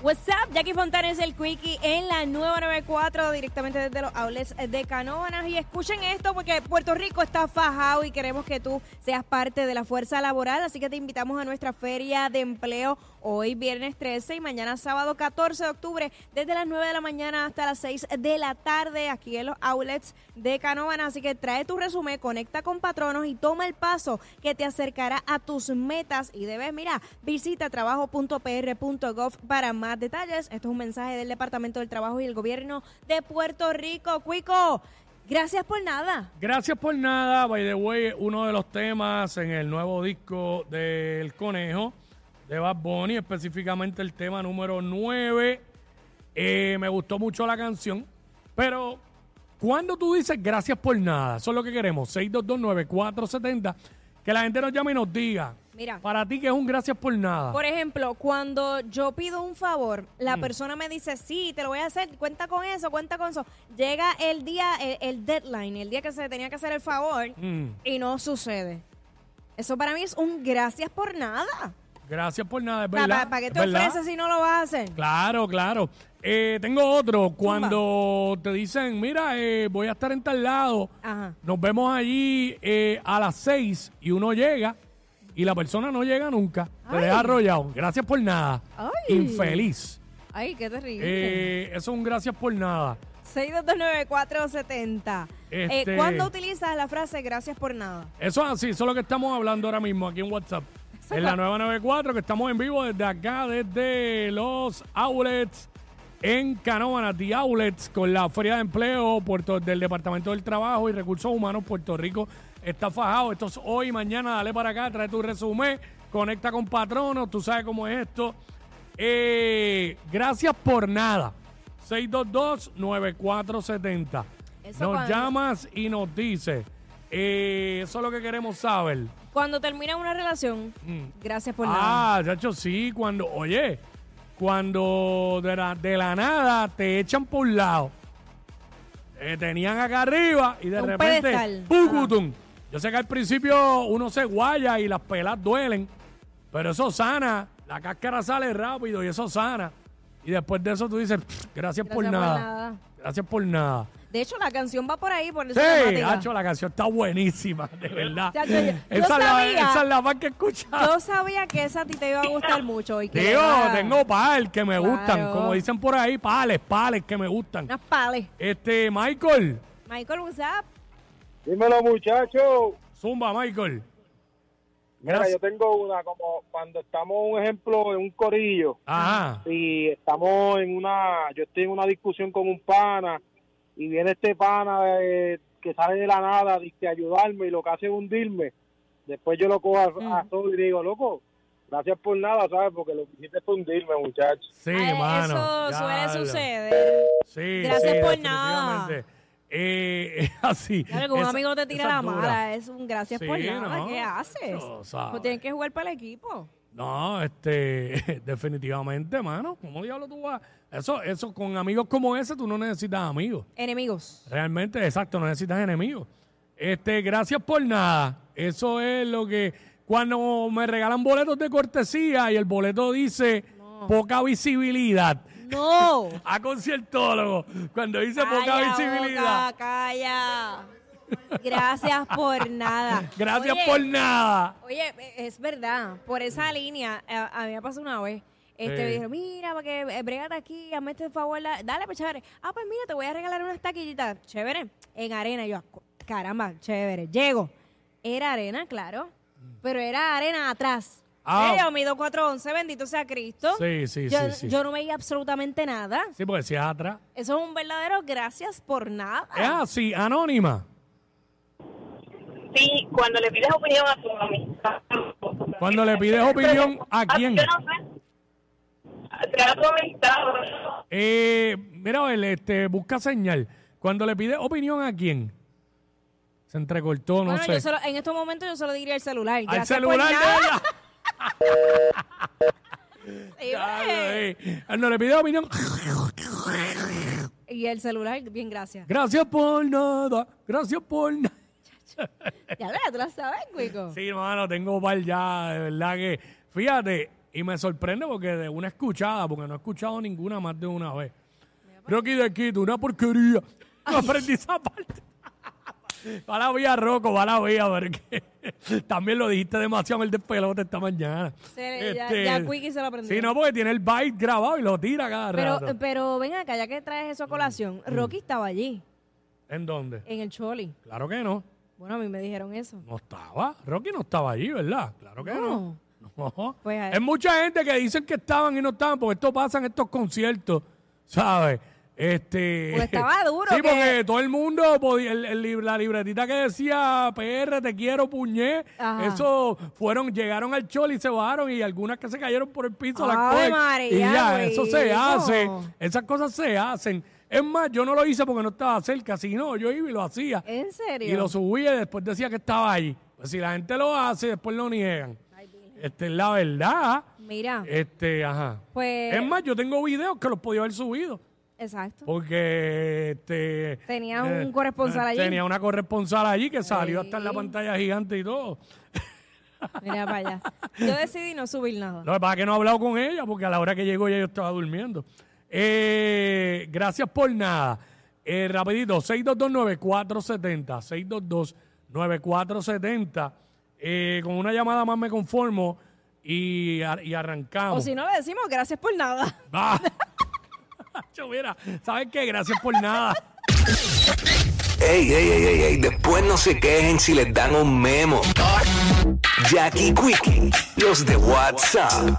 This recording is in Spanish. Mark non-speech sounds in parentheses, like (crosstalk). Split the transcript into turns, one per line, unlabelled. What's up, Jackie Fontanes, el Quickie en la nueva 94, directamente desde los outlets de Canóvanas. Y escuchen esto porque Puerto Rico está fajado y queremos que tú seas parte de la fuerza laboral. Así que te invitamos a nuestra feria de empleo hoy, viernes 13 y mañana, sábado 14 de octubre, desde las 9 de la mañana hasta las 6 de la tarde, aquí en los outlets de Canóvanas. Así que trae tu resumen, conecta con patronos y toma el paso que te acercará a tus metas. Y debes, mira, visita trabajo.pr.gov para más detalles. Esto es un mensaje del Departamento del Trabajo y el Gobierno de Puerto Rico. Cuico, gracias por nada.
Gracias por nada. By the way, uno de los temas en el nuevo disco del Conejo de Bad Bunny, específicamente el tema número 9. Eh, me gustó mucho la canción, pero cuando tú dices gracias por nada, eso es lo que queremos, 6229470, que la gente nos llame y nos diga,
Mira.
para ti que es un gracias por nada.
Por ejemplo, cuando yo pido un favor, la persona me dice, sí, te lo voy a hacer, cuenta con eso, cuenta con eso. Llega el día, el, el deadline, el día que se tenía que hacer el favor
Mm,
y no sucede. Eso para mí es un gracias por nada.
gracias por nada, es
O sea,
verdad.
¿Para, para qué
es
te
verdad.
ofreces si no lo vas a hacer?
Claro, claro. Eh, tengo otro, cuando te dicen, mira, eh, voy a estar en tal lado,
Ajá.
nos vemos allí eh, a las 6 y uno llega y la persona no llega nunca, te
Ay.
deja arrollado, gracias por nada,
Ay.
infeliz.
Ay, qué terrible.
Eh, eso es un gracias por nada.
6229470. Eh,
Este-
¿Cuándo utilizas la frase gracias por nada?
Eso es así, eso es lo que estamos hablando ahora mismo aquí en WhatsApp. En la 994, que estamos en vivo desde acá, desde los outlets en Canóvanas, The Outlets, con la Feria de Empleo Puerto, del Departamento del Trabajo y Recursos Humanos Puerto Rico. Está fajado, esto es hoy, mañana, dale para acá, trae tu resumen, conecta con patronos, tú sabes cómo es esto. Eh, gracias por nada. 622-9470.
Eso
Nos
cuando-
llamas y nos dices. eh, eso es lo que queremos saber.
Cuando termina una relación, gracias por Pues nada.
Mm. Ah, chacho, sí, cuando, oye, cuando de la, de la nada te echan por un lado. Te tenían acá arriba y de
Un
repente,
pedestal.
¡pucutum! Yo sé que al principio uno se guaya y las pelas duelen, pero eso sana, la cáscara sale rápido y eso sana. Y después de eso tú dices, gracias, por,
por
nada.
nada.
Gracias por nada.
De hecho, la canción va por ahí, por
Sí,
eso temática.
Hacho, la canción está buenísima, de verdad.
Chacho, yo- yo
esa, es la,
sabía.
esa es la más que he escuchado.
Yo sabía que esa a ti te iba a gustar mucho. Y que
Digo,
era
tengo pal que me
Claro.
gustan, como dicen por ahí, pales, pales que me gustan.
Unas pales.
Este, Michael,
Michael, what's up?
Dímelo, muchachos.
zumba, Michael.
Mira,
Gracias.
yo tengo una, como cuando estamos, un ejemplo, en un corillo,
Ajá.
y estamos en una, yo estoy en una discusión con un pana, y viene este pana eh, que sale de la nada, dice, a ayudarme, y lo que hace es hundirme. Después yo lo cojo a, a sol y le digo, loco, gracias por nada, ¿sabes? Porque lo que hiciste fue hundirme, muchachos.
Sí,
Ay,
mano.
Ah, eso
Ya
suele
lo-
suceder.
Sí,
Gracias
sí,
por nada.
definitivamente. Eh, (laughs) es así.
Claro, que un
Esa-
amigo te tira
esa
la
es dura.
mala. Es un gracias
Sí,
por nada.
no,
¿Qué haces?
yo sabe.
Pues tienes que jugar para el equipo.
No, este, (laughs) definitivamente, mano. ¿Cómo diablo tú vas? Eso, eso, con amigos como ese, tú no necesitas amigos.
Enemigos.
Realmente, exacto, no necesitas enemigos. Este, gracias por nada. Eso es lo que. Cuando me regalan boletos de cortesía y el boleto dice poca visibilidad.
(laughs) ¡No!
A conciertólogo, cuando dice poca
Calla,
visibilidad,
boca, calla. Gracias
(laughs)
por nada.
gracias
Oye,
por nada.
Oye, e, es verdad, por
Mm.
esa línea, eh, a, a mí me pasó una vez. Este,
Eh.
me dijeron, mira, para que eh, brégate aquí, hazme este favor, la- dale, pues chévere. Ah, pues mira, te voy a regalar unas taquillitas, chévere, en arena. Y yo, "Co- caramba, chévere, llego. Era arena, claro, pero era arena atrás.
Mm. Ah.
Yo mido 411, bendito sea Cristo.
Sí, sí,
yo,
sí, sí.
Yo no veía absolutamente nada.
Sí, porque si es atrás.
Eso es un verdadero gracias por nada.
Es así, anónima.
Sí, cuando le pides opinión a tu amistad.
Cuando le pides opinión, ¿a quién?
Yo no sé. A tu amistad.
Eh, mira, a ver, este, busca señal. Cuando le pide opinión a quién. Se entrecortó, no
bueno,
sé.
yo solo, en estos momentos yo solo diría el celular.
Al
Gracias por
celular de
nada. (laughs)
ella.
Sí, pues. ve.
Diablo, ey. Cuando le pide opinión. (laughs)
Y el celular, bien, gracias.
Gracias por nada. Gracias por nada.
Ya lo, ya tú la sabes, Cuico.
Sí, hermano, tengo par ya, de verdad que. Fíjate, Y me sorprende porque de una escuchada, porque no he escuchado ninguna más de una vez. Rocky de Quito, una porquería. No (laughs) aprendí esa parte. Va la vía, Rocco, va la vía, porque (laughs) también lo dijiste demasiado en el despelote esta mañana.
Se le- ya- ya Quickie se lo aprendió.
Sí, no, porque tiene el byte grabado y lo tira cada rato.
Pero, eh, pero ven acá, ya que traes
Mm.
eso a colación, Rocky estaba allí,
¿En dónde?
en el Choli.
Claro que no.
Bueno, a mí me dijeron eso.
No estaba. Rocky no estaba allí, ¿verdad? Claro que no. No.
Pues ahí-
es mucha gente que dicen que estaban y no estaban, porque esto pasa en estos conciertos, ¿sabes? Este,
Pues
(laughs)
estaba duro
Sí,
que-
porque todo el mundo, podía- el- el lib- la libretita que decía PR, te quiero, puñé,
Ajá.
eso fueron, llegaron al chol y se bajaron y algunas que se cayeron por el piso las
Ave
cogen, Y
María, pues,
ya, eso se
güey,
hace,
no.
esas cosas se hacen. Es más, yo no lo hice porque no estaba cerca, si no, yo iba y lo hacía.
¿En serio?
Y lo subía y después decía que estaba ahí. Pues si la gente lo hace, después lo niegan. Este es la verdad.
Mira,
Este, ajá.
pues...
es más, yo tengo videos que los podía haber subido.
Exacto.
Porque este. eh,
Tenías un corresponsal allí.
Tenía una corresponsal allí que salió hasta en la
Sí.
pantalla gigante y todo.
Mira para allá. Yo decidí no subir nada.
Lo que pasa es que no he hablado con ella porque a la hora que llegó ya yo estaba durmiendo. Eh, gracias por nada. Eh, rapidito, 6229470, 6229470. Eh, con una llamada más me conformo y, ar- y
O
arrancamos. (laughs)
si no le decimos gracias por nada.
Ah. Yo, mira, ¿sabes qué? Gracias por nada.
Ey, ey, ey, ey, ey, después no se quejen si les dan un memo. Jackie Quickie, los de WhatsApp.